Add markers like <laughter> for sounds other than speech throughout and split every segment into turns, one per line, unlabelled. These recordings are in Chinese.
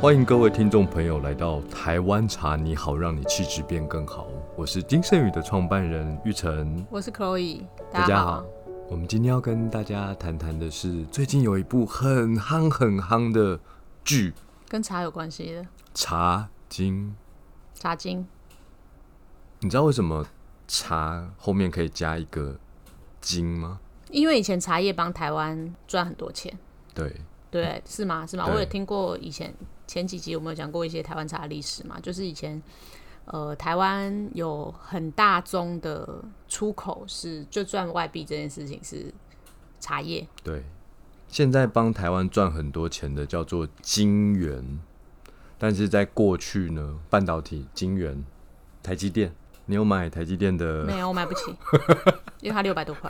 欢迎各位听众朋友来到台湾茶你好，让你气质变更好。我是金盛宇的创办人玉成，
我是 Chloe，
大家好。我们今天要跟大家谈谈的是，最近有一部很夯很夯的剧《
跟茶有关系的
茶经》，
茶经，
你知道为什么茶后面可以加一个“经”吗？
因为以前茶叶帮台湾赚很多钱，
对，
对，是吗？是吗？
对
我有听过以前前几集有没有讲过一些台湾茶的历史嘛？就是以前呃，台湾有很大宗的出口是就赚外币这件事情是茶叶，
对，现在帮台湾赚很多钱的叫做晶圆，但是在过去呢，半导体晶圆，台积电，你有买台积电的？
没有我买不
<laughs>
起，因为它六百多块。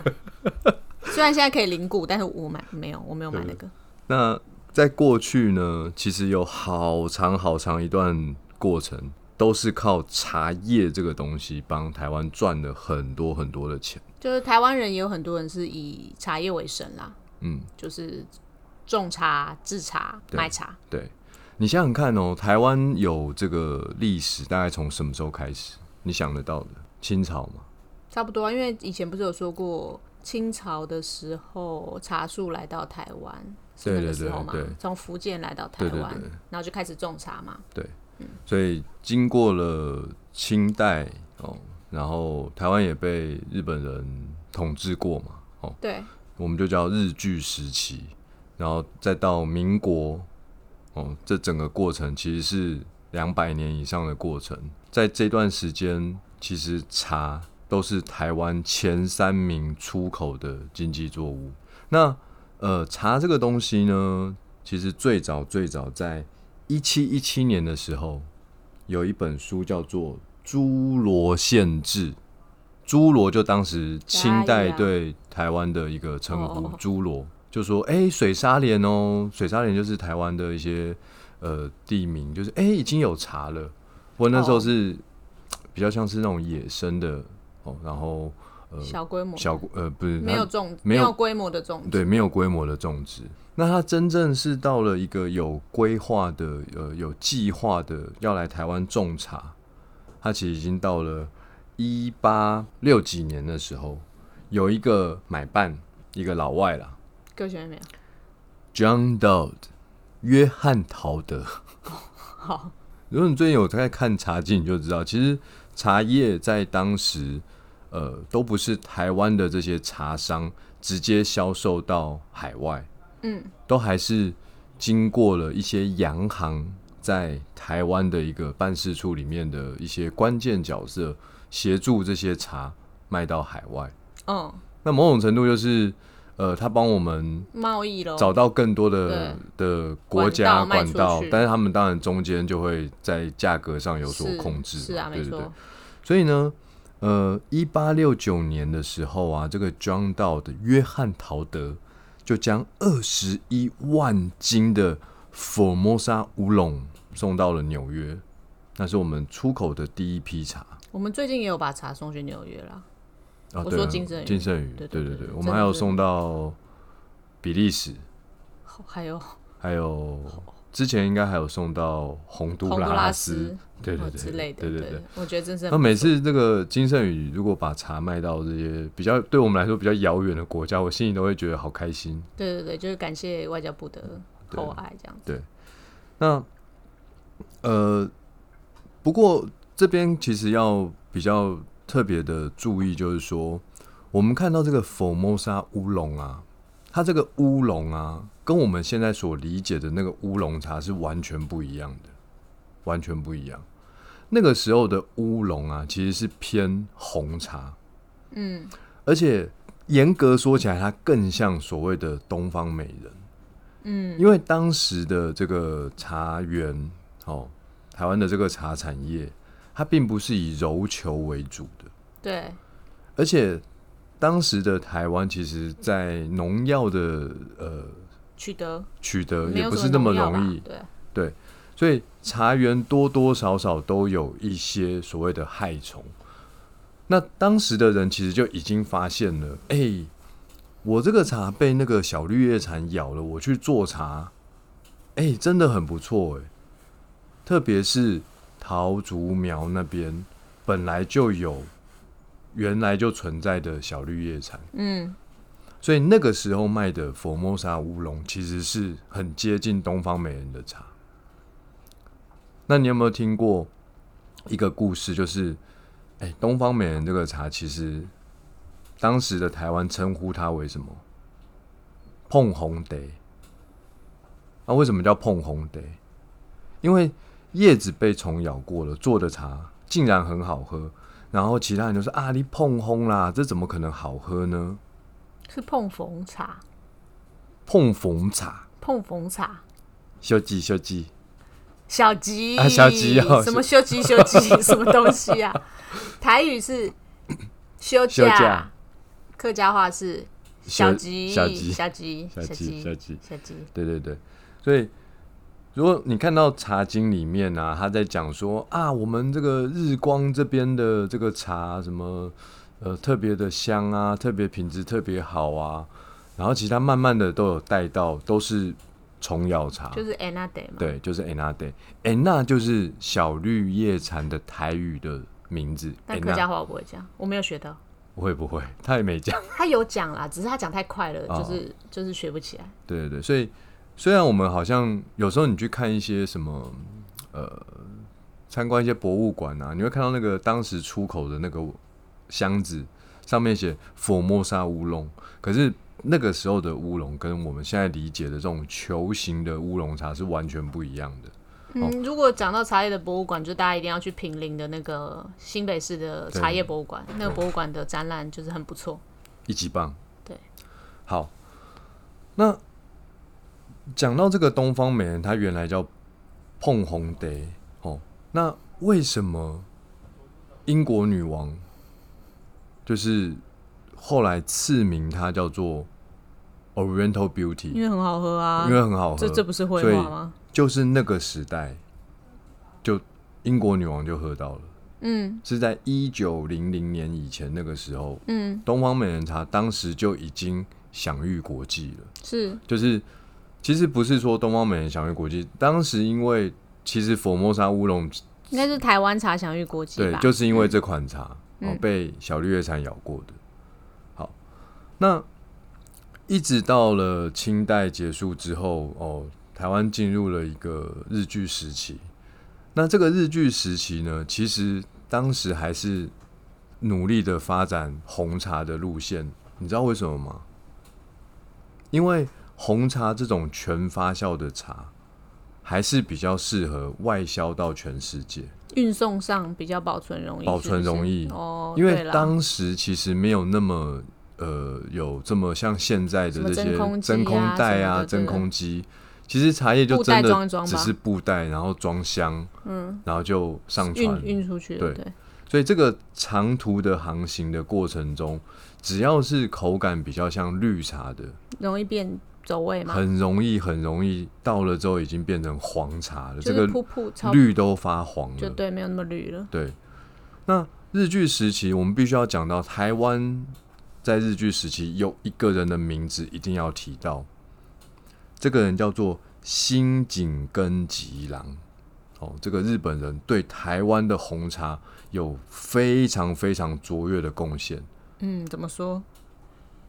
虽然现在可以零股，但是我买没有，我没有买那个。
那在过去呢，其实有好长好长一段过程，都是靠茶叶这个东西帮台湾赚了很多很多的钱。
就是台湾人也有很多人是以茶叶为生啦，
嗯，
就是种茶、制茶、
对
卖茶。
对，你想想看哦，台湾有这个历史，大概从什么时候开始？你想得到的，清朝嘛。
差不多、啊，因为以前不是有说过清朝的时候茶树来到台湾，是那
对对
个时候
对
嘛
对，
从福建来到台
对对
湾
对，
然后就开始种茶嘛。
所以经过了清代哦，然后台湾也被日本人统治过嘛，哦，
对，
我们就叫日据时期，然后再到民国，哦，这整个过程其实是两百年以上的过程，在这段时间，其实茶都是台湾前三名出口的经济作物。那呃，茶这个东西呢，其实最早最早在一七一七年的时候，有一本书叫做《诸罗县志》，诸罗就当时清
加
代
一啊
对台湾的一个称呼
哦
“诸罗”，就说哎、水沙连哦，水沙连就是台湾的一些呃地名，就是哎、已经有茶了。不过那时候
哦
是比较像是那种野生的哦，然后呃
小规模，
小呃不是
没
它
有种，
没
没
有
有规模的种植。
对，没有规模的种植。那它真正是到了一个有规划的、呃有计划的要来台湾种茶，它其实已经到了一八六几年的时候，有一个买办，一个老外啦
各位学妹啊没有？
，John Dowd，约翰陶德。
<laughs> 好，
如果你最近有在看茶经，你就知道，其实茶叶在当时，呃，都不是台湾的这些茶商直接销售到海外，
嗯，
都还是经过了一些洋行在台湾的一个办事处里面的一些关键角色，协助这些茶卖到海外。
嗯，
那某种程度就是，呃，他帮我们
贸易咯。
找到更多的的国家
管道卖
管
出
道
去，
但是他们当然中间就会在价格上有所
是
控制嘛，
是啊，
对
没
对对
错。。
所以呢，呃，一八六九年的时候啊，这个 John Dow 的约翰陶德就将二十一万斤的 Formosa 乌龙送到了纽约，那是我们出口的第一批茶。
我们最近也有把茶送去纽约啦，
啊，
我
对
说
啊
金圣宇
金圣宇，对
对
对
对
对
对对
我们还有
真的是
送到比利时，
好还有
还有之前应该还有送到洪都
洪都
拉
拉
斯
斯，
对对
哦
对
之类的，
对对
对。，我觉得真是
那每次这个金圣宇如果把茶卖到这些比较对我们来说比较遥远的国家，我心里都会觉得好开心。
对对对，就是感谢外交部的
对
厚爱这样子。
那呃，不过这边其实要比较特别的注意，就是说我们看到这个 Formosa 乌龙啊，它这个乌龙啊，跟我们现在所理解的那个乌龙茶是完全不一样的，完全不一样。那个时候的乌龙啊，其实是偏红茶，
嗯，
而且严格说起来，它更像所谓的东方美人。
嗯，
因为当时的这个茶园，哦，台湾的这个茶产业，它并不是以柔荪为主的，
对，
而且当时的台湾其实，在农药的呃
取得
取得
没
呃也
有
不
什
是那么
农药吧
容易，
对，
所以茶园多多少少都有一些所谓的害虫。那当时的人其实就已经发现了，哎、我这个茶被那个小绿叶蝉咬了，我去做茶，哎、真的很不错哎、特别是桃竹苗那边本来就有原来就存在的小绿叶产，
嗯，
所以那个时候卖的佛摩萨乌龙其实是很接近东方美人的茶。那你有没有听过一个故事？就是，哎、东方美人这个茶其实当时的台湾称呼它为什么？碰红得。啊，为什么叫碰红得？因为叶子被虫咬过了，做的茶竟然很好喝。然后其他人就说：“啊，你碰红啦，这怎么可能好喝呢？”
是碰逢茶，
碰逢茶，
碰逢茶。
小鸡小鸡，
小吉
啊小吉哦
什么修吉修吉
<laughs>
什么东西啊？台语是休
休假
假，客家话是小吉
小吉
小吉
小鸡小鸡，
小吉，
对对对，所以如果你看到《茶经》里面啊，他在讲说啊，我们这个日光这边的这个茶什么呃特别的香啊，特别品质特别好啊，然后其他慢慢的都有带到，都是虫咬茶，
就是啊 Anna Day 嘛。
对，就是 Anna Day。Anna 就是小绿叶蝉的台语的名字。
但客
Anna
家话我不会讲，我没有学到。
会不会？他也没讲。
他有讲啦，只是他讲太快了，
哦
就是就是学不起来。
对对对，所以虽然我们好像有时候你去看一些什么呃，参观一些博物馆啊，你会看到那个当时出口的那个箱子上面写“佛莫萨乌龙”，可是那个时候的乌龙跟我们现在理解的这种球形的乌龙茶是完全不一样的。
嗯，如果讲到茶叶的博物馆，就大家一定要去平林的那个新北市的茶叶博物馆，那个博物馆的展览就是很不错。
一级棒。
对，
好，那讲到这个东方美人，它原来叫碰红蝶哦。那为什么英国女王就是后来赐名它叫做 Oriental Beauty？
因为很好喝啊
因为很好喝，
这这不是绘
所以
画吗？
就是那个时代，就英国女王就喝到了，
嗯
是在一九零零年以前那个时候，
嗯，
东方美人茶当时就已经享誉国际了，
是
就是其实不是说东方美人享誉国际，当时因为其实佛摩沙乌龙
应该是台湾茶享誉国际
对
吧？，
就是因为这款茶、哦
嗯
被小绿叶蝉咬过的。好，那一直到了清代结束之后，哦，台湾进入了一个日据时期。那这个日据时期呢，其实当时还是努力的发展红茶的路线。你知道为什么吗？因为红茶这种全发酵的茶，还是比较适合外销到全世界。
运送上比较保存容易，
保存
是不是
容易
哦，
因
对
为
啦
当时其实没有那么呃有这么像现在的
什么
这些
真空机啊
真空袋
什么
啊、
的
真空机，其实茶叶就真
布袋装一
的
装吧
只是布袋，然后装箱，嗯，然后就上
运
船。
运出去
对
了，对，
所以这个长途的航行的过程中，只要是口感比较像绿茶的，
容易变走味嘛，
很容易很容易到了之后已经变成黄茶了，
就
这
是
个
噗噗超
绿都发黄
就
了。
对，没有那么绿了。
对，那日据时期，我们必须要讲到台湾在日据时期有一个人的名字一定要提到，这个人叫做新井根吉郎。哦，这个日本人对台湾的红茶有非常非常卓越的贡献。
嗯，怎么说？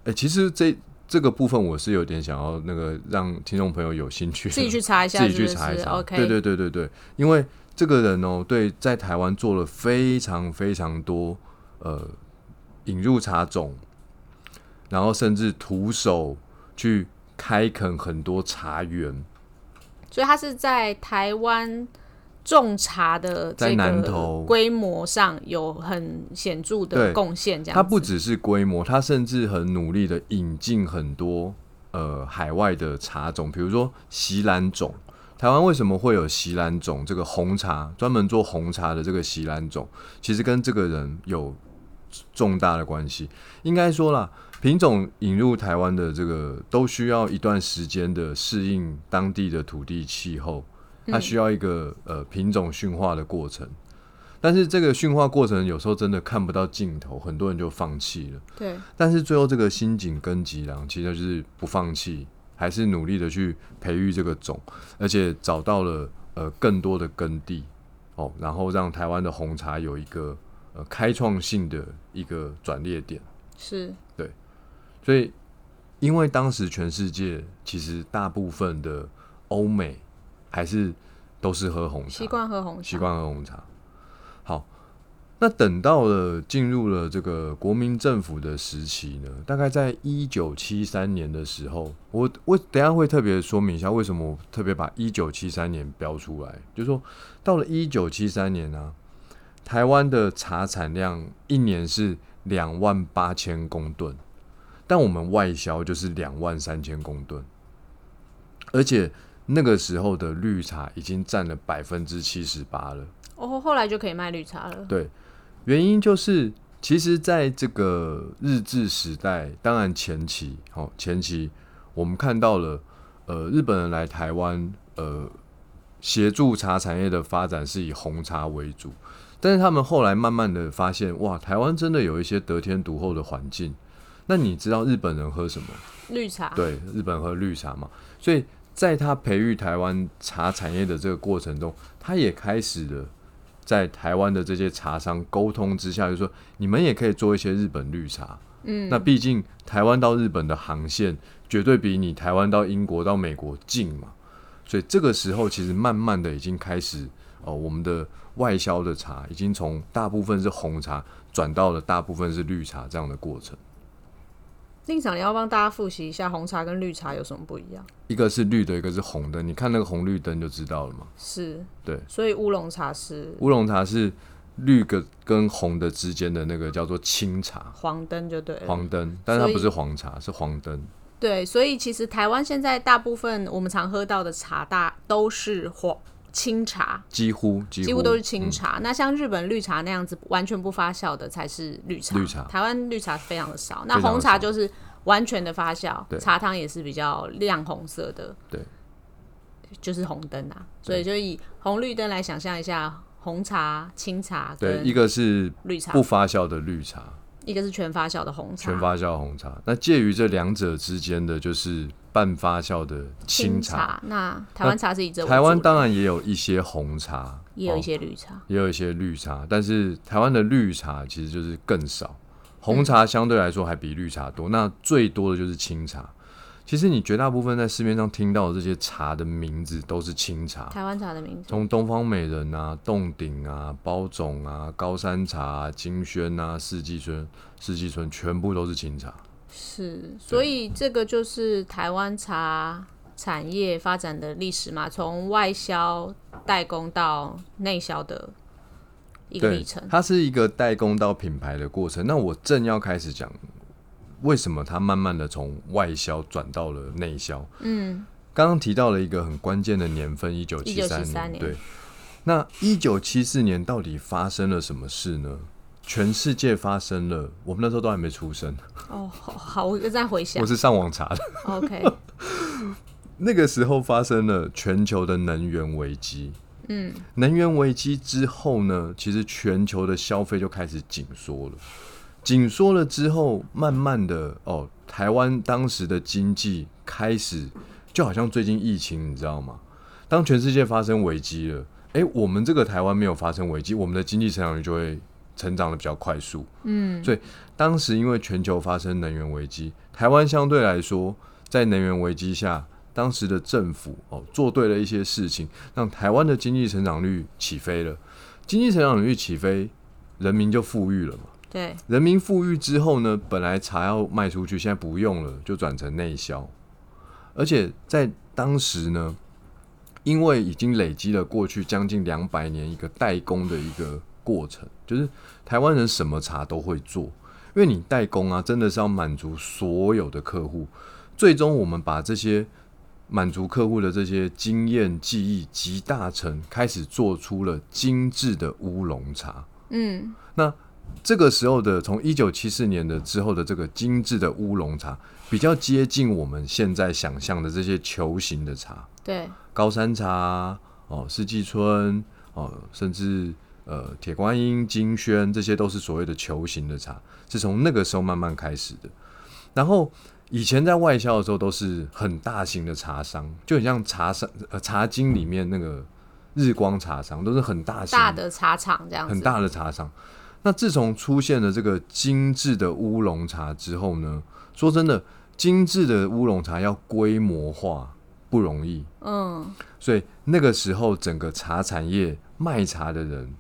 哎，其实这这个部分我是有点想要那个让听众朋友有兴趣的，
自己去查一下，
自己
是不
去
是
查一查。
OK，
对对对对对，因为这个人哦，对，在台湾做了非常非常多呃引入茶种，然后甚至徒手去开垦很多茶园，
所以它是在台湾种茶的
在
这
南
个
投
规模上有很显著的
对
贡献，这样
它不
子
只是规模，它甚至很努力的引进很多呃海外的茶种，比如说席兰种。台湾为什么会有席兰种这个红茶，专门做红茶的这个席兰种，其实跟这个人有重大的关系。应该说啦，品种引入台湾的这个都需要一段时间的适应当地的土地气候，它
嗯
需要一个呃品种驯化的过程。但是这个驯化过程有时候真的看不到尽头，很多人就放弃了。
对，
但是最后这个新井跟吉郎其实就是不放弃，还是努力的去培育这个种，而且找到了呃更多的耕地哦，然后让台湾的红茶有一个呃开创性的一个转捩点。
是
啊所以，因为当时全世界其实大部分的欧美还是都是喝红茶，
习惯喝红
习
茶，
惯喝红茶。好，那等到了进入了这个国民政府的时期呢，大概在一九七三年的时候，我我等一下会特别说明一下为什么我特别把一九七三年标出来，就是说到了一九七三年呢、台湾的茶产量一年是两万八千公吨，但我们外销就是两万三千公吨，而且。那个时候的绿茶已经占了百分之七十八了，
哦，后来就可以卖绿茶了。
对，原因就是其实在这个日治时代，当然前期，好、前期我们看到了，呃，日本人来台湾，呃，协助茶产业的发展是以红茶为主，但是他们后来慢慢的发现，哇，台湾真的有一些得天独厚的环境。那你知道日本人喝什么？
绿茶，
对，日本喝绿茶嘛，所以在他培育台湾茶产业的这个过程中，他也开始了在台湾的这些茶商沟通之下，就说你们也可以做一些日本绿茶。
嗯，
那毕竟台湾到日本的航线绝对比你台湾到英国到美国近嘛，所以这个时候其实慢慢的已经开始哦，我们的外销的茶已经从大部分是红茶转到了大部分是绿茶这样的过程。
令长，你要帮大家复习一下红茶跟绿茶有什么不一样？
一个是绿的，一个是红的，你看那个红绿灯就知道了嘛。
是，
对，
所以乌龙茶是
乌龙茶是绿个跟红的之间的那个叫做青茶，
黄灯就对了。
黄灯，但是它
所以
不是黄茶，是黄灯。
对，所以其实台湾现在大部分我们常喝到的茶大都是黄清茶，
几乎几乎嗯
几乎都是清茶。那像日本绿茶那样子完全不发酵的才是绿茶，
绿茶
台湾绿茶非常的少，
常
那
地
红茶
少
就是完全的发酵
对，
茶汤也是比较亮红色的，
对，
就是红灯啊。所以就以红绿灯来想象一下，红茶、清茶
对，
跟
一个是
绿茶啊
不，发酵的绿茶，
一个是全发酵的红茶，
全发酵红茶。那介于这两者之间的就是半发酵的
清
青茶。。
那台湾茶是以这为
台湾
主的
当然也有一些红茶，
也有
哦
一些绿茶，
也有一些绿茶，但是台湾的绿茶其实就是更少，红茶相对来说还比绿茶多。那最多的就是清茶。其实你绝大部分在市面上听到的这些茶的名字都是清茶，
台湾茶的名字。
从东方美人啊、洞顶啊、包种啊、高山茶、啊、金萱啊、四季春、四季春全部都是清茶。
是，所以这个就是台湾茶产业发展的历史嘛，从外销代工到内销的一个历
对
程，。
它是一个代工到品牌的过程。那我正要开始讲，为什么它慢慢的从外销转到了内销。
嗯，
刚刚提到了一个很关键的年份，一九七三
1973年
对，那一九七四年到底发生了什么事呢？全世界发生了，我们那时候都还没出生，
哦，好，好我再回想
我是上网查的。 <laughs>
，OK，
那个时候发生了全球的能源危机。
嗯，
能源危机之后呢，其实全球的消费就开始紧缩了。紧缩了之后，慢慢的哦，台湾当时的经济开始就好像最近疫情，你知道吗？当全世界发生危机了，诶，我们这个台湾没有发生危机，我们的经济成长率就会成长的比较快速。
嗯，
所以当时因为全球发生能源危机，台湾相对来说在能源危机下，当时的政府哦做对了一些事情，让台湾的经济成长率起飞了。经济成长率起飞，人民就富裕了嘛。
对，
人民富裕之后呢，本来茶要卖出去，现在不用了，就转成内销。而且在当时呢，因为已经累积了过去将近两百年一个代工的一个过程，就是台湾人什么茶都会做，因为你代工啊，真的是要满足所有的客户。最终，我们把这些满足客户的这些经验技艺集大成，开始做出了精致的乌龙茶。
嗯，
这个时候的，从一九七四年的之后的这个精致的乌龙茶，比较接近我们现在想象的这些球形的茶，
对，
高山茶哦，四季春哦，甚至呃铁观音、金萱，这些都是所谓的球形的茶，是从那个时候慢慢开始的。然后以前在外销的时候都是很大型的茶商，就很像茶商呃茶经里面那个日光茶商，都是很大型
大的茶厂这样子，
很大的茶商。那自从出现了这个精致的乌龙茶之后呢，说真的，精致的乌龙茶要规模化不容易，
嗯，
所以那个时候整个茶产业卖茶的人，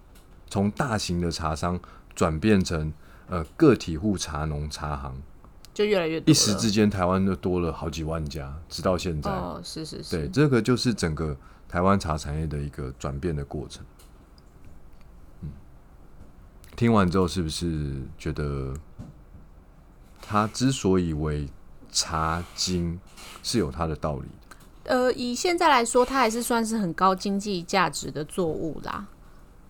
从大型的茶商转变成呃个体户茶农茶行，
就越来越多了。
一时之间台湾就多了好几万家，直到现在。
哦，是是是，
对，这个就是整个台湾茶产业的一个转变的过程。嗯，听完之后是不是觉得它之所以为茶经是有它的道理的？
呃，以现在来说，它还是算是很高经济价值的作物啦。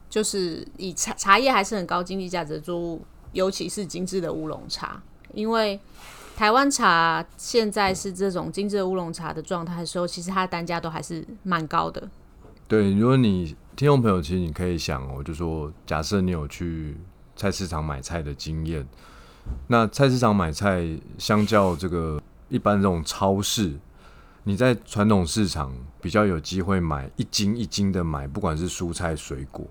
就是以茶茶叶还是很高经济价值的作物，尤其是精致的乌龙茶，因为台湾茶现在是这种精致的乌龙茶的状态的时候，其实它的单价都还是蛮高的。
对，如果你听众朋友，其实你可以想哦，就说假设你有去菜市场买菜的经验，那菜市场买菜相较这个一般这种超市，你在传统市场比较有机会买一斤一斤的买，不管是蔬菜水果。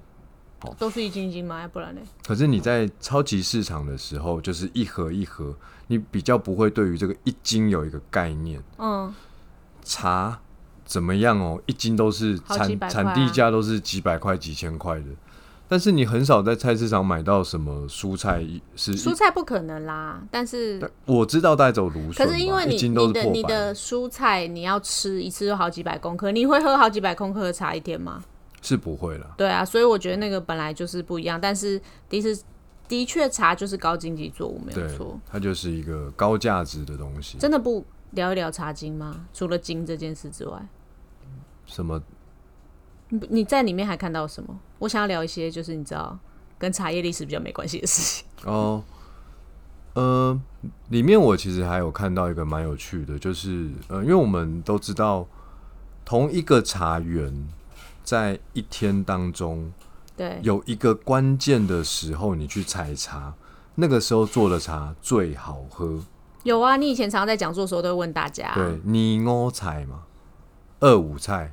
都是一斤一斤买，不然呢？
可是你在超级市场的时候，就是一盒一盒，你比较不会对于这个一斤有一个概念。
嗯，
茶怎么样哦？一斤都是
好
产、
几百块啊
产地价都是几百块、几千块的，但是你很少在菜市场买到什么蔬菜一是一。
蔬菜不可能啦，但是
我知道带走芦笋
可
嘛，
是因为你
一斤都
你
是
的
破
你
百，
的蔬菜你要吃一次就好几百公克，你会喝好几百公克的茶一天吗？
是不会啦。
对啊，所以我觉得那个本来就是不一样，但是的是的确茶就是高经济作物没有
对
错。，
它就是一个高价值的东西。
真的不聊一聊茶经吗？除了经这件事之外，
什么
你你在里面还看到什么？我想要聊一些就是你知道跟茶叶历史比较没关系的事情。 <laughs>
哦，呃，里面我其实还有看到一个蛮有趣的，就是呃，因为我们都知道，同一个茶园在一天当中
对，
有一个关键的时候，你去采茶，那个时候做的茶最好喝。
有啊，你以前常常在讲座的时候都会问大家，
对，你我采嘛，二五菜，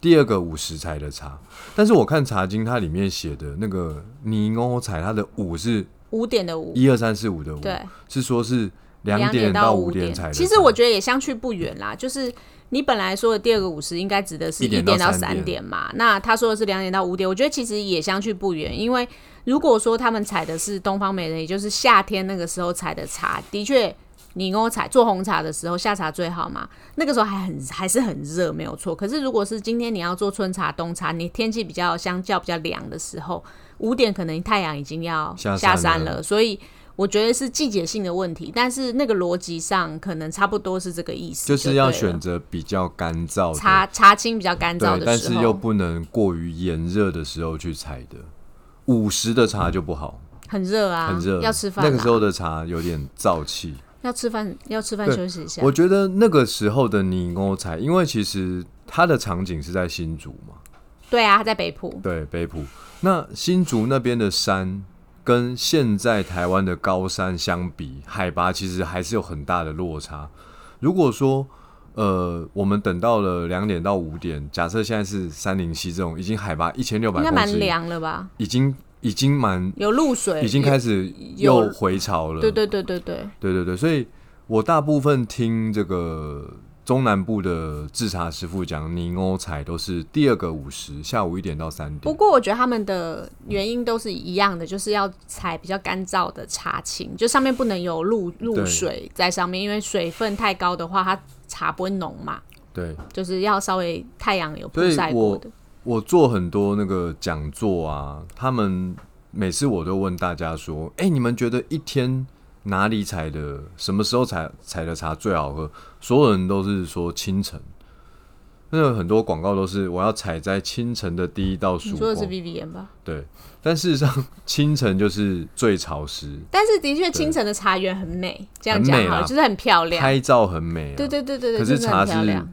第二个五十采的茶。但是我看茶经它里面写的那个你我采，它的五是
五点的五，
一二三四五的五。
对，
是说是两
两
点
到
五
点
点才能
其实
上
我觉得也相去不远啦，就是。你本来说的第二个五十应该指的是
一
一
点
点
到
到
三
三
点
点嘛？那他说的是两点到五点，我觉得其实也相去不远，因为如果说他们采的是东方美人，也就是夏天那个时候采的茶，的确，你跟我采做红茶的时候下茶最好嘛，那个时候还很还是很热，没有错。可是如果是今天你要做春茶、冬茶，你天气比较相较比较凉的时候，五点可能太阳已经要
下
下
山
山
了
了，所以。我觉得是季节性的问题，但是那个逻辑上可能差不多是这个意思，
就
就是
要
对了
选择比较干燥的
茶茶青比较干燥
对，但
的时
是
候，
又不能过于炎热的时候去采的。五十的茶就不好，
很热啊，
很热、
要吃饭、啊。
那个时候的茶有点燥气。
要吃饭，要吃饭
对
休息一下。
我觉得那个时候的你我采，因为其实它的场景是在新竹嘛，
对啊，他在北浦，
对北埔。那新竹那边的山跟现在台湾的高山相比，海拔其实还是有很大的落差。如果说呃，我们等到了两点到五点，假设现在是三零七这种已经海拔一千六百
应该
公
蛮
尺以，
凉了吧？
已经已经蛮
有露水，
已经开始
有
又回潮了。
对对对对对，
对对对，所以我大部分听这个中南部的制茶师傅讲，尼欧采都是第二个五十，下午一点到三
不
点。
过我觉得他们的原因都是一样的，就是要采比较干燥的茶青，就上面不能有露
对
露水在上面，因为水分太高的话，它茶不会浓嘛，
对，
就是要稍微太阳有
所
曝
以
晒
我
过的。
我做很多那个讲座啊，他们每次我都问大家说：“哎、你们觉得一天哪里采的，什么时候采采的茶最好喝？”所有人都是说清晨。那个很多广告都是我要采在清晨的第一道曙
你说
光
的，是 Vivian 吧？
对。但事实上，清晨就是最潮湿，
但是的确，清晨的茶园很美，这样
很
讲
美
好了，
啦
就是很漂亮。
拍照很美、啊。
对对对对对，
可是
真的
茶
很
是
漂亮。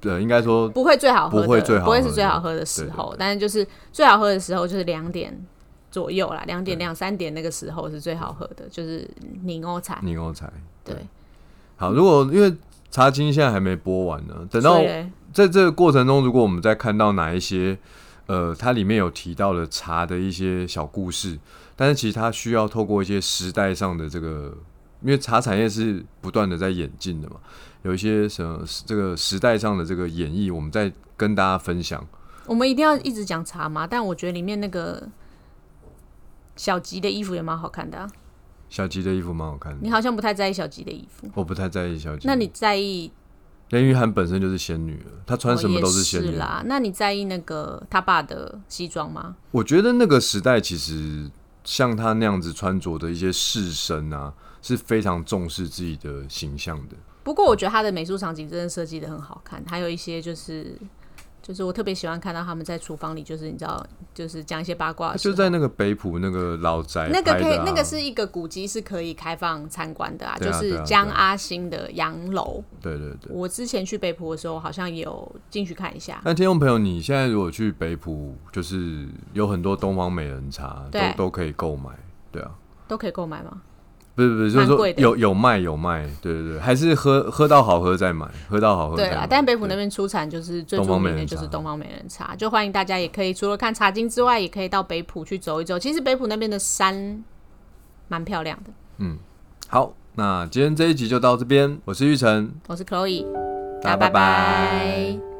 对，应该说
不会最好喝的，
不会最好喝的
是最好喝的时候，但是就是最好喝的时候就是两点左右啦，两点两三点那个时候是最好喝的，就是柠欧
嗯
茶。
尼欧采。
对，
好，如果因为茶经现在还没播完呢，等到
所以嘞
在这个过程中，如果我们再看到哪一些呃，它里面有提到的茶的一些小故事，但是其实它需要透过一些时代上的这个，因为茶产业是不断的在演进的嘛，有一些什么这个时代上的这个演绎，我们再跟大家分享。
我们一定要一直讲茶吗？但我觉得里面那个小吉的衣服也蛮好看的、啊。
小吉的衣服蛮好看
你哦
的，
好像不太在意小吉的衣服，
我不太在意小吉。
那你在意
连俞涵本身就是仙女了，她穿什么都
是
仙女。啊
啦？那你在意那个他爸的西装吗？
我觉得那个时代其实像她那样子穿着的一些士绅啊，是非常重视自己的形象的。
不过我觉得他的美术场景真的设计的很好看，还有一些就是就是我特别喜欢看到他们在厨房里，就是你知道，就是讲一些八卦
她
的时
就
候。
在那个北浦那个老宅
啊那个
拍
可以
的啊，
那个是一个古迹，是可以开放参观的啊，
对
就
啊对啊
是
对啊
江阿兴的洋楼。
对对对。
我之前去北浦的时候，好像也有进去看一下。
那听众朋友，你现在如果去北浦，就是有很多东方美人茶都
对
都可以购买，对啊，
都可以购买吗？
不是不是，就是
蛮
说
贵的
有有卖有卖，对对对，还是喝喝到好喝再买，喝到好喝
对
再买
啊，。但北浦那边出产就是最
东
著
方美
名的
人
就是
茶
东方美人茶，就欢迎大家也可以除了看茶经之外，也可以到北浦去走一走。其实北浦那边的山蛮漂亮的。
好，那今天这一集就到这边，我是玉成，
我是 Chloe，
大家拜拜